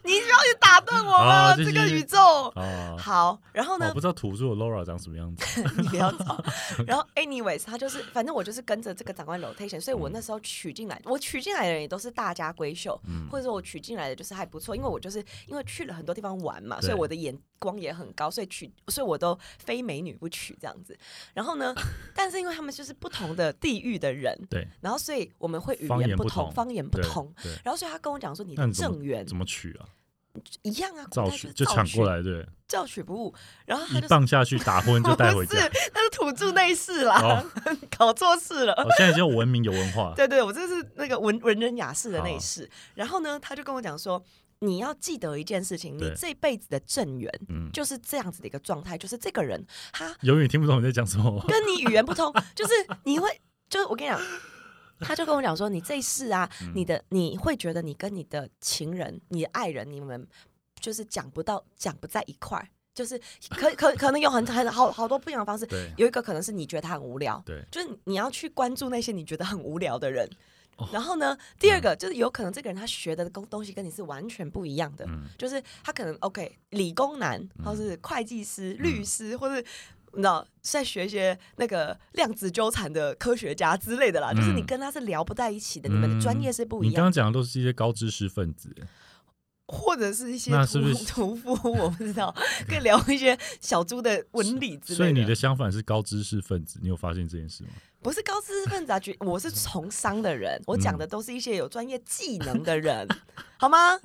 你不要去打断我好吗？哦继续这个宇宙。啊。好， 然后我呢不，知道土著的 Laura 长什么样子。 你不要 走。然后，anyways，他就是，反正我就是跟着这个长官 rotation，所以我那时候取进来，我取进来的人也都是大家闺秀，嗯或者说我取进来的就是还不错，因为我就是因为去了很多地方玩嘛，对所以我的眼光也很高，所以取，所以我都非美女不娶这样子。然后 呢，但是因为他们就是不同的地域的人，对，然后所以我们会语方言言不不同，同方言不对同。对，然后所以他跟我讲说，你那的你怎么正缘怎么取啊？一样啊，古造代取就就是抢造取，过来，对，照取不误。然后他一就说棒下去打昏就带回家 不。是，那是土著那一世啦，哦 搞错事了。哦，现在叫文明有文化。 对对，我这是那个文文人雅士的那一世。然后呢，他就跟我讲说，你要记得一件事情，你对这辈子的正缘嗯，就是这样子的一个状态，就是这个人他永远听不懂你在讲什么。跟你语言不通， 就是你会，就是我跟你讲。他就跟我讲说，你这一世啊，嗯你的你会觉得你跟你的情人、你的爱人，你们就是讲不到、讲不在一块儿，就是可可可能有很很好好多不一样的方式，对有一个可能是你觉得他很无聊，对，就是你要去关注那些你觉得很无聊的人。哦嗯然后呢，第二个、就是有可能这个人他学的东东西跟你是完全不一样的，嗯就是他可能 OK 理工男，或是会计师、嗯律师，或是。你知道在学一些那个量子纠缠的科学家之类的啦，就是你嗯跟他是聊不在一起的，你们的专业是不一你刚样刚，讲的都是一些高知识分子，欸或者是一些那屠是不是屠夫，我不知道，可以聊一些小猪的纹理之类的。所以你的相反是高知识分子，你有发现这件事吗？不是高知识分子啊，举 我是从商的人，我讲嗯的都是一些有专业技能的 人，好吗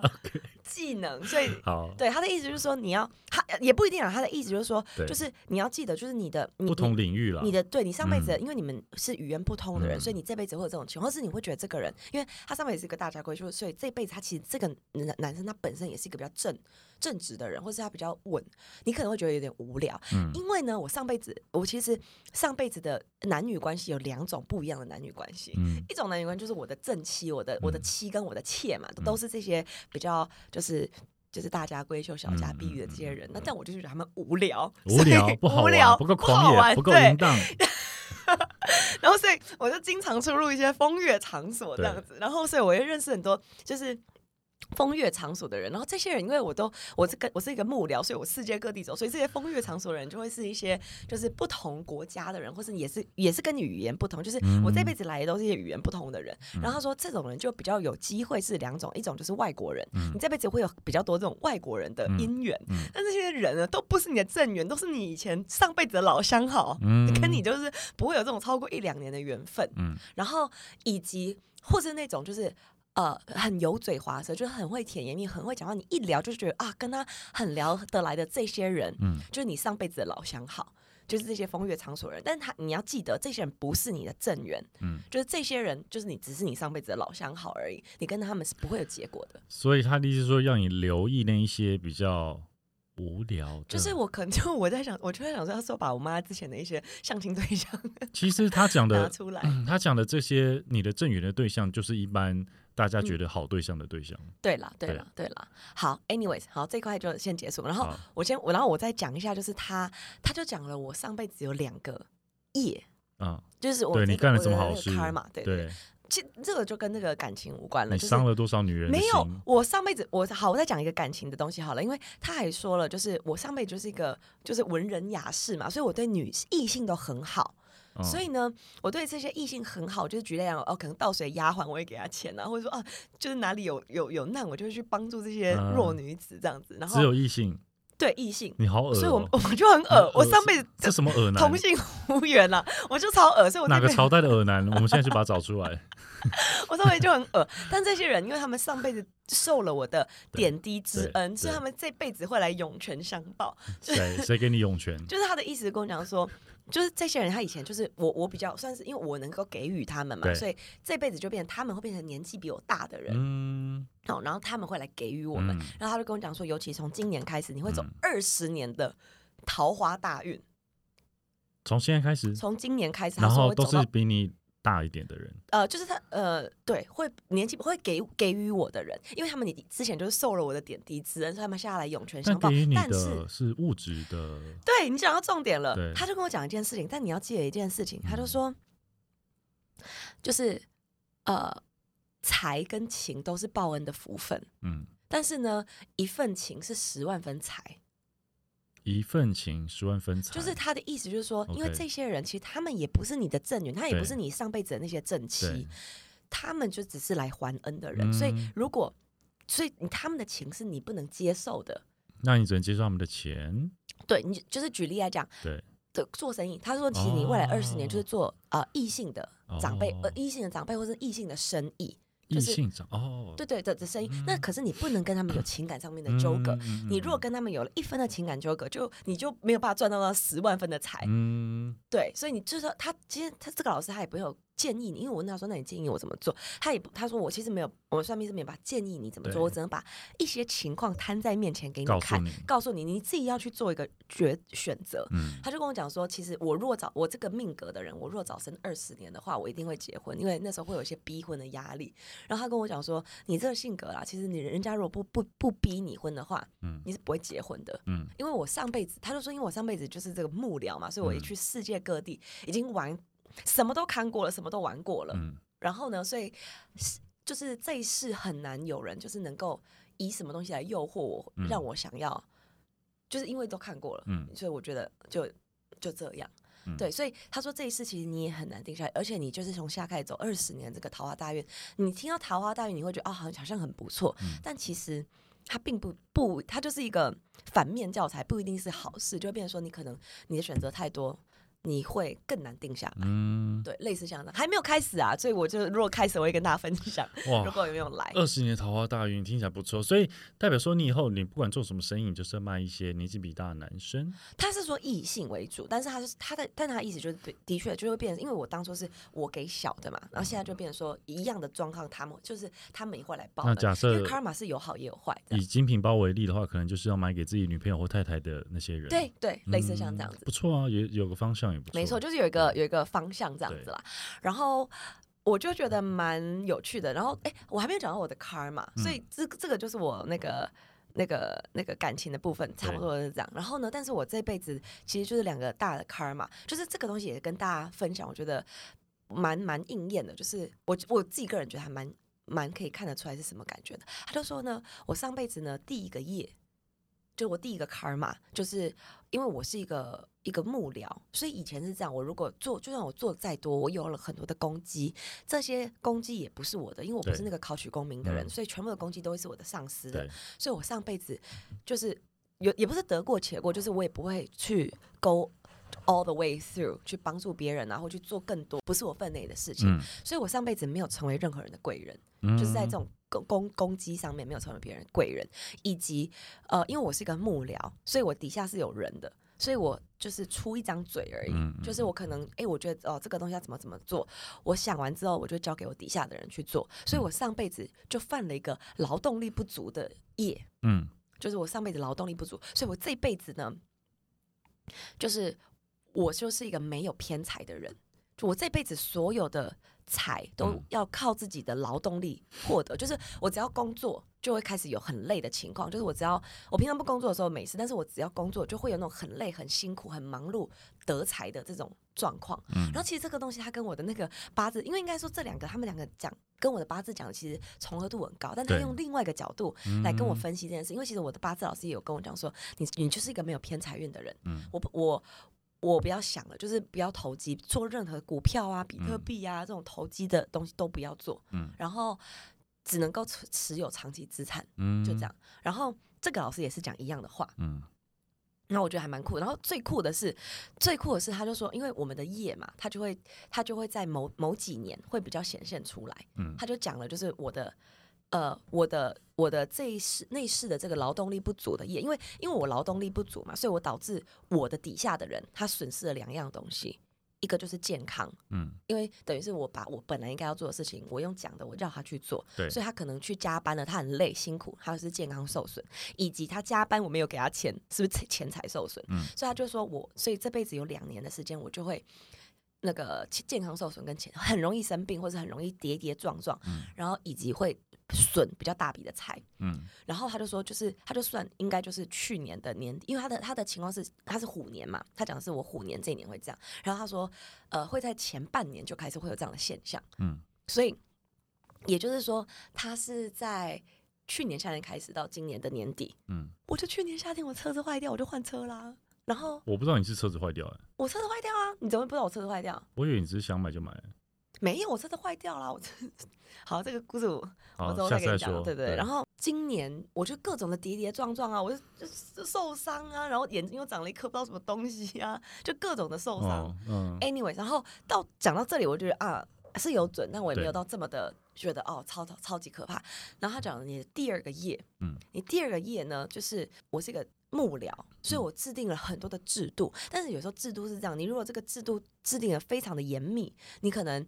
技能，所以好，对他的意思就是说，你要他也不一定啊，他的意思就是说对，就是你要记得，就是你的你不同领域啦你。你。的对你上辈子，因为你们是语言不通的人，嗯所以你这辈子会有这种情况，或是你会觉得这个人，因为他上辈子是个大家闺秀，所以这辈子他其实这个男男生他本身也是一个比较正正直的人，或是他比较稳，你可能会觉得有点无聊，嗯因为呢，我上辈子我其实上辈子的男女关系有两种不一样的男女关系。嗯一种男女关系就是我的正妻，我的我的嗯妻跟我的妾嘛，都是这些比较就是就是大家闺秀、小家嗯碧玉的这些人。那但我就是觉得他们无聊，无聊所以，不好无玩，聊，不够好狂野，玩不够对 淫荡。然后所以我就经常出入一些风月场所这样子，然后所以我又认识很多就是。风月场所的人，然后这些人因为我都我是跟我是一个幕僚，所以我世界各地走，所以这些风月场所的人就会是一些就是不同国家的人，或是也是也是跟你语言不同，就是我嗯这辈子来的都是一些语言不同的人。然后他说这种人就比较有机会是两种，一种就是外国人，你这辈子会有比较多这种外国人的姻缘，嗯但这些人呢都不是你的正缘，都是你以前上辈子的老相好，嗯跟你就是不会有这种超过一两年的缘分。嗯然后以及或是那种就是呃很油嘴滑舌，就是很会甜言蜜语，很会讲话，你一聊就觉得啊跟他很聊得来的这些人，嗯就是你上辈子的老相好。就是这些风月场所人，但他你要记得，这些人不是你的正缘，嗯，就是这些人，就是你只是你上辈子的老相好而已，你跟他们是不会有结果的。所以他的意思是说，让你留意那一些比较无聊的。就是我可能就我在想，我就在想说，要说把我妈之前的一些相亲对象 其实他讲拿的，出来， 他讲的这些，你的正缘的对象，就是一般大家嗯觉得好对象的对象。对啦，对对啦，对啦。好，anyways，好，这块就先结束。然后好我先，我然后我再讲一下，就是他，他就讲了我上辈子有两个业，嗯，就是我对这你个干了我什么的好那个事 karma，对对。对，其实这个就跟那个感情无关了，你就是伤了多少女人的没有心？我上辈子我好，我再讲一个感情的东西好了，因为他还说了，就是我上辈子就是一个就是文人雅士嘛，所以我对女异性都很好。嗯所以呢，我对这些异性很好，就是举例来讲，哦，可能倒水丫鬟我会给她钱啊，或者说啊，就是哪里有有有难，我就会去帮助这些嗯弱女子这样子。然后只有异性，对异性，你好恶哦、嗯所以我我就很恶，我上辈子 这什么恶男同？性无缘啦，我就超恶，所以我哪这个辈子朝代的恶男？我们现在就把它找出 来。我上辈子就很恶。但这些人因为他们上辈子受了我的点滴之对恩，对所以他们这辈子会来涌泉相报。谁谁给你涌泉？就是他的意思跟我讲说， 就是这些人他以前就是我我比较算是因为我能够给予他们嘛，对所以这辈子就变成他们会变成年纪比我大的人，嗯，好、然后他们会来给予我们。嗯然后他就跟我讲说，尤其从今年开始，你会走嗯二十年的桃花大运。从现在开始，从今年开始，他嗯然说后会都走到是比你大一点的人。呃，就是他呃，对，会年纪会给给予我的人，因为他们你之前就是受了我的点滴之恩，所以他们下来涌泉但相报给予。你但是的是物质的，对你讲到重点了对，嗯他就跟我讲一件事情，但你要记得一件事情，他就说，就是呃，财跟情都是报恩的福分，嗯，但是呢，一份情是十万分财，一份情十万分财，就是他的意思就是说，因为 OK 这些人其实他们也不是你的正缘，他也对不是你上辈子的那些正对妻，他们就只是来还恩的人，所以嗯如果所以你他们的情是你不能接受的，那你只能接受他们的钱，对你就就是举例来讲，对，的做生意，他说其实你未来哦二十年就是做呃异性的长辈，哦呃异性的长辈或是异性的生意，就异是性长哦，对对的的生意嗯。那可是你不能跟他们有情感上面的纠葛。嗯，嗯你如果，跟他们有了一分的情感纠葛，就你就没有办法赚到那十万分的财。嗯对，所以你就是说他其实他这个老师他也不会有建议你，因为我问他说那你建议我怎么做，他也不他说我其实没有，我算命是没有把建议你怎么对做，我只能把一些情况摊在面前给告你诉看你，告诉你你自己要去做一个决选择。嗯他就跟我讲说，其实我若早我这个命格的人，我若早生二十年的话，我一定会结婚，因为那时候会有一些逼婚的压力。然后他跟我讲说，你这个性格啊啦，其实你人家如果不不不逼你婚的话，嗯你是不会结婚的。嗯因为我上辈子，他就说，因为我上辈子就是这个幕僚嘛，所以我嗯一去世界各地已经玩，什么都看过了，什么都玩过了。嗯，然后呢，所以是就是这一世很难有人就是能够以什么东西来诱惑我，嗯让我想要，就是因为都看过了，嗯所以我觉得就就这样。嗯对，所以他说这一世其实你也很难定下来，而且你就是从下开始走二十年这个桃花大运，你听到桃花大运，你会觉得哦，好像好像很不错，嗯但其实它并不不，它就是一个反面教材，不一定是好事，就会变成说你可能你的选择太多，你会更难定下来。嗯，对，类似像这样的，还没有开始啊，所以我就如果开始，我会跟大家分享，如哇。果有没有来。二十年桃花大运听起来不错，所以代表说你以后你不管做什么生意，你就是要卖一些年纪比大的男生。他是说异性为主，但是他是他的，但他意思就是对，的确就会变成，因为我当初是我给小的嘛，然后现在就变成说一样的状况，他们就是他们也会来报那恩。假因设为 karma 是有好也有坏的以，精品包为例的话，可能就是要买给自己女朋友或太太的那些人。对对，类似像嗯这样子。不错啊，也有个方向也不错。嗯没错，就是有一个有一个方向这样子啦。然后我就觉得蛮有趣的。然后哎，我还没有讲到我的 karma，、嗯所以这个这个就是我那个。那个那个感情的部分差不多是这样，然后呢，但是我这辈子其实就是两个大的 karma，就是这个东西也跟大家分享，我觉得蛮蛮应验的，就是我我自己个人觉得还蛮蛮可以看得出来是什么感觉的。他就说呢，我上辈子呢第一个业，就我第一个 karma，就是因为我是一个一个幕僚，所以以前是这样。我如果做，就算我做再多，我有了很多的攻击，这些攻击也不是我的，因为我不对是那个考取功名的人，嗯所以全部的攻击都会是我的上司的对。，所以我上辈子就是有也不是得过且过，就是我也不会去 go all the way through 去帮助别人啊，然后去做更多不是我分内的事情。嗯，所以我上辈子没有成为任何人的贵人，嗯就是在这种攻攻攻击上面没有成为别人的贵人，以及呃，因为我是一个幕僚，所以我底下是有人的，所以我就是出一张嘴而已。嗯嗯就是我可能哎、诶我觉得哦、这个东西要怎么怎么做，我想完之后，我就交给我底下的人去做。所嗯以我上辈子就犯了一个劳动力不足的业，嗯就是我上辈子劳动力不足，所以我这辈子呢，就是我就是一个没有偏财的人，就我这辈子所有的财都嗯要靠自己的劳动力获得，就是我只要工作就会开始有很累的情况，就是我只要我平常不工作的时候没事，但是我只要工作就会有那种很累、很辛苦、很忙碌得财的这种状况。嗯然后其实这个东西它跟我的那个八字，因为应该说这两个他们两个讲跟我的八字讲的其实重合度很高，但他对用另外一个角度来嗯跟我分析这件事，因为其实我的八字老师也有跟我讲说，你你就是一个没有偏财运的人，嗯我不我。我不要想了，就是不要投机，做任何股票啊、比特币啊、这种投机的东西都不要做，嗯然后只能够持持有长期资产，嗯，就这样。然后这个老师也是讲一样的话，嗯，那我觉得还蛮酷的。然后最酷的是，最酷的是，他就说，因为我们的业嘛，他就会他就会在某某几年会比较显现出来。嗯他就讲了，就是我的。呃，我的我的这一世那一世的这个劳动力不足的业，因为因为我劳动力不足嘛，所以我导致我的底下的人他损失了两样东西，一个就是健康，嗯因为等于是我把我本来应该要做的事情，我用讲的，我让他去做，对所以他可能去加班了，他很累辛苦，他是健康受损，以及他加班我没有给他钱，是不是钱 财受损？嗯所以他就说我，所以这辈子有两年的时间，我就会那个健健康受损跟钱很容易生病，或者很容易跌跌撞撞，嗯然后以及会损比较大笔的财，嗯然后他就说，就是他就算应该就是去年的年底，因为他的他的情况是他是虎年嘛，他讲的是我虎年这一年会这样，然后他说，呃，会在前半年就开始会有这样的现象，嗯所以也就是说，他是在去年夏天开始到今年的年底，嗯，我就去年夏天我车子坏掉，我就换车啦，然后我不知道你是车子坏掉哎，我车子坏掉啊，你怎么会不知道我车子坏掉？我以为你只是想买就买，没有，我车子坏掉啦，我车 好，这个故事我我好之后，再下跟次再你讲，说，对对。然后今年我就各种的跌跌撞撞啊，我就就就受伤啊，然后眼睛又长了一颗不知道什么东西啊，就各种的受伤。哦嗯 Anyway，然后到讲到这里，我觉得啊是有准，但我也没有对到这么的觉得哦超超超级可怕。然后他讲了你的第二个业，嗯，你第二个业呢，就是我是一个幕僚，所以我制定了很多的制度，但是有时候制度是这样，你如果这个制度制定的非常的严密，你可能。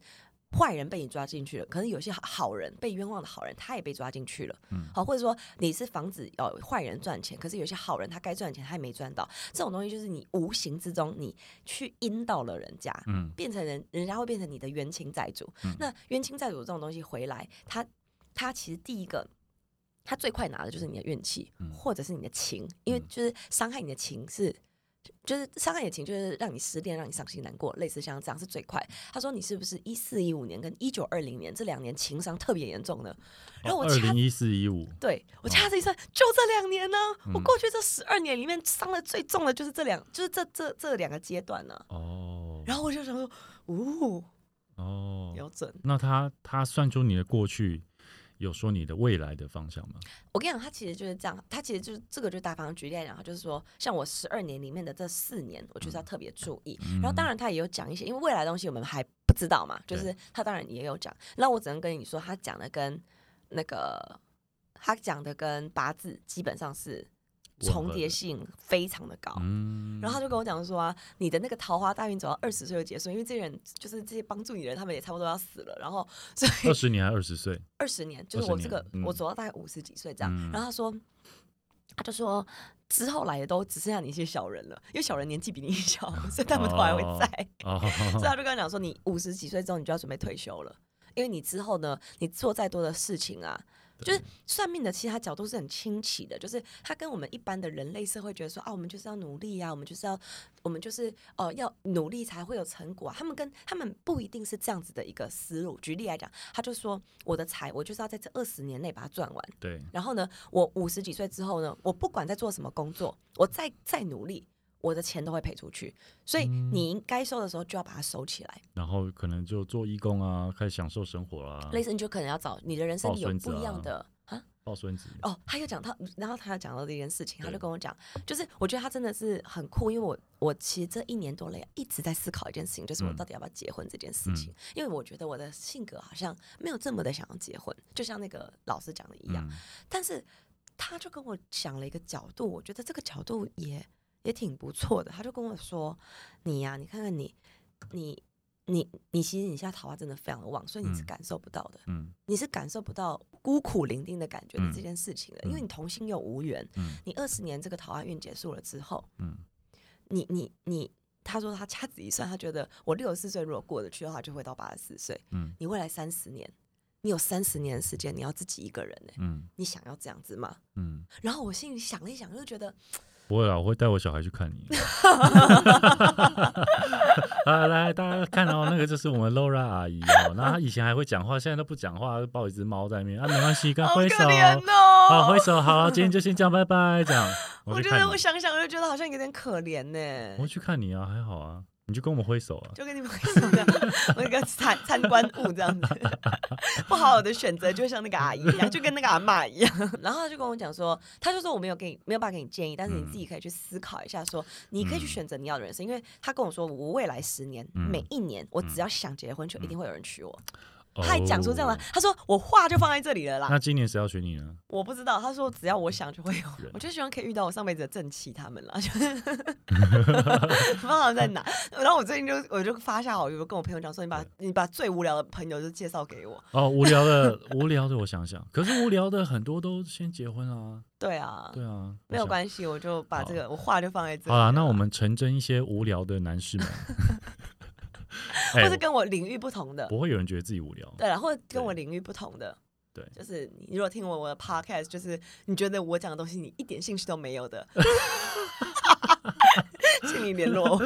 坏人被你抓进去了，可能有些好人被冤枉的好人，他也被抓进去了。嗯好，或者说你是防止哦坏人赚钱，可是有些好人他该赚的钱他也没赚到，这种东西就是你无形之中你去阴到了人家，嗯变成人，人家会变成你的冤亲债主。嗯那冤亲债主这种东西回来，他他其实第一个，他最快拿的就是你的运气，嗯或者是你的情，因为嗯就是伤害你的情是。就是伤害你的情，就是让你失恋，让你伤心难过，类似像这样是最快。他说你是不是一四一五年跟一九二零年这两年情伤特别严重呢？然后我哦二掐零一四一五，对我哦掐指一算，就这两年呢、我嗯过去这十二年里面伤的最重的就是这两，就是这这这两个阶段呢、哦，然后我就想说，呜、哦，有准。那他他算出你的过去，有说你的未来的方向吗？我跟你讲，他其实就是这样，他其实就是这个，就是大方举例来讲，他就是说，像我十二年里面的这四年，我就是要特别注嗯意。嗯然后当然他也有讲一些，因为未来的东西我们还不知道嘛，就是他当然也有讲。那我只能跟你说，他讲的跟那个他讲的跟八字基本上是吻合重叠的性非常的高。嗯，哦然后他就跟我讲说啊，你的那个桃花大运走到二十岁就结束，因为这些人就是这些帮助你的人，他们也差不多要死了，然后所以二十年还二十岁，二十年，就是我这个20年嗯我走到大概五十几岁这样。嗯然后他说，他就说之后来的都只剩下你一些小人了，因为小人年纪比你小，所以他们都还会在。 哦，所以他就跟我讲说，你五十几岁之后你就要准备退休了，因为你之后呢，你做再多的事情啊，对就是算命的，其实他角度是很清奇的，就是他跟我们一般的人类社会觉得说啊，我们就是要努力啊，我们就是要，我们就是呃要努力才会有成果、啊。他们跟他们不一定是这样子的一个思路。举例来讲，他就说我的财，我就是要在这二十年内把它赚完。对然后呢，我五十几岁之后呢，我不管在做什么工作，我再再努力，我的钱都会赔出去。所以嗯你应该收的时候就要把它收起来。然后可能就做义工啊，开始享受生活啦、啊类似你就可能要找你的人生嗯抱里有孙子不一啊样的啊抱孙子，哦，他又讲他，然后他又讲到这件事情，他对就跟我讲，就是我觉得他真的是很酷，因为我我其实这一年多了一直在思考一件事情，就是我嗯到底要不要结婚这件事情，因为我觉得我的性格好像没有这么的想要结婚，就像那个老师讲的一样，嗯，但是他就跟我讲了一个角度，我觉得这个角度也也挺不错的。他就跟我说：“你呀、你看看你，你你你，其实你现在桃花真的非常的旺，所以你是嗯感受不到的，嗯你是感受不到孤苦伶仃的感觉嗯的这件事情的，因为嗯你同心又无缘。嗯你二十年这个桃花运结束了之后，嗯，你你你。”他说他掐指一算，他觉得我六十四岁如果过得去的话，就会到八十四岁。嗯你未来三十年，你有三十年的时间，你要自己一个人呢、欸嗯你想要这样子吗？嗯，然后我心里想了一想，就觉得不会啦，我会带我小孩去看你。 啊，来，大家看哦，那个就是我们 Laura 阿姨哦，那她以前还会讲话，现在都不讲话，抱一只猫在面啊，没关系，跟她好可挥手，怜好哦。挥手，好，今天就先这样，拜拜， 这样。我去觉看得你我想想，我就觉得好像有点可怜呢我。会去看你啊，还好啊，你就跟我们挥手啊。就跟你们一样，我一个参参观物这样子， 不好好的选择，就像那个阿姨一样，就跟那个阿嬷一样。 然后他就跟我讲说，他就说我没有给你没有办法给你建议，但是你嗯自己可以去思考一下说，你可以去嗯选择你要的人生。因为他跟我说，我未来十年、嗯每一年，我只要想结婚，就一定会有人娶我。哦他还讲出这样的，他说我话就放在这里了啦。那今年谁要娶你呢？我不知道，他说只要我想就会有人，我就希望可以遇到我上辈子的正气他们啦， 就是 不知道在哪。然后我最近就我就发下好友跟我朋友讲说，你把你把最无聊的朋友就介绍给我。哦，无聊的， 无聊的，我想想，可是无聊的很多都先结婚啊，对啊，对啊， 没有关系，我就把这个我话就放在这系里。好啦，啊那我们成真一些无聊的 男士们，哎或是跟我领域不同的，不会有人觉得自己无聊，对啦，或者跟对我领域不同的。对就是你如果听我我的 podcast，就是你觉得我讲的东西你一点兴趣都没有 的，请你联络我。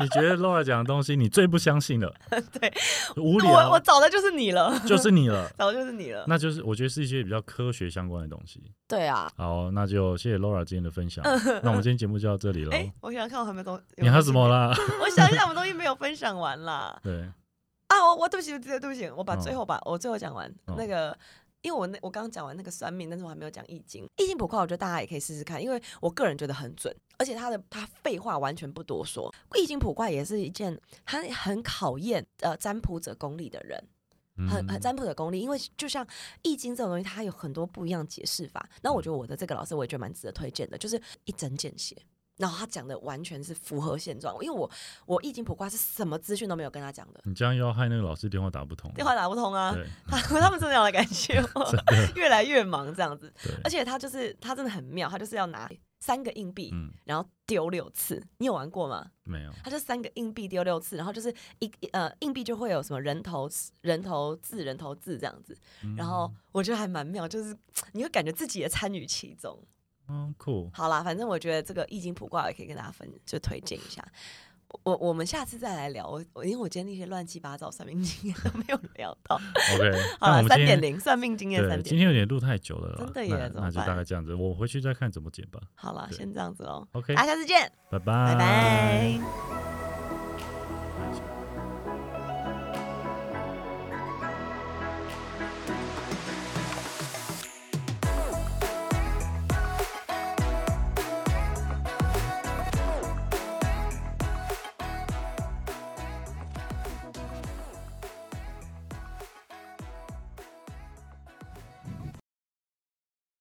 你觉得 Laura 讲的东西你最不相信了， 对，无我我聊找的就是你了，。就是你了找的就是你了。那就是我觉得是一些比较科学相关的东西。对啊，好，那就谢谢 Laura 今天的分 享。那我们今天节目就到这里喽。哎，我想想看我还没东，啊你还有什么？啦？我想一想，我东西没 有分享完啦。 对，啊，我我对不起，对不起，我把嗯最后把我最后讲完嗯那个。因为我那我刚刚讲完那个算命，但是我还没有讲易经。易经卜卦，我觉得大家也可以试试看，因为我个人觉得很准，而且他的他废话完全不多说。易经卜卦也是一件他很考验呃占卜者功力的人，很很嗯占卜的功力，因为就像易经这种东西，它有很多不一样解释法。那嗯我觉得我的这个老师，我也觉得蛮值得推荐的，就是一针见血。然后他讲的完全是符合现状，因为我我易经卜卦是什么资讯都没有跟他讲的，你这样又要害那个老师电话打不通。电话打不通啊，对， 他他们真的要来感谢 我，越来越忙这样子对。而且他就是他真的很妙，他就是要拿三个硬币，嗯，然后丢六次。你有玩过吗？没有，它就三个硬币丢六次，然后就是一呃硬币就会有什么人头人头字人头字这样子， 然嗯后我觉得还蛮妙，就是你会感觉自己也参与其中。嗯，酷，好啦，反正我觉得这个易经卜卦也可以跟大家分，就推荐一下。我我们下次再来聊，我我因为我今天那些乱七八糟算命经验 都没有聊到。 OK，好那我啦，们三今点天零算命经验三对，今点。天有点录太久了啦，真的耶那怎么那就大办概这样子，我回去再看怎么剪吧。好啦，对先这样子喽， OK，大家下次见，拜拜，哎拜拜。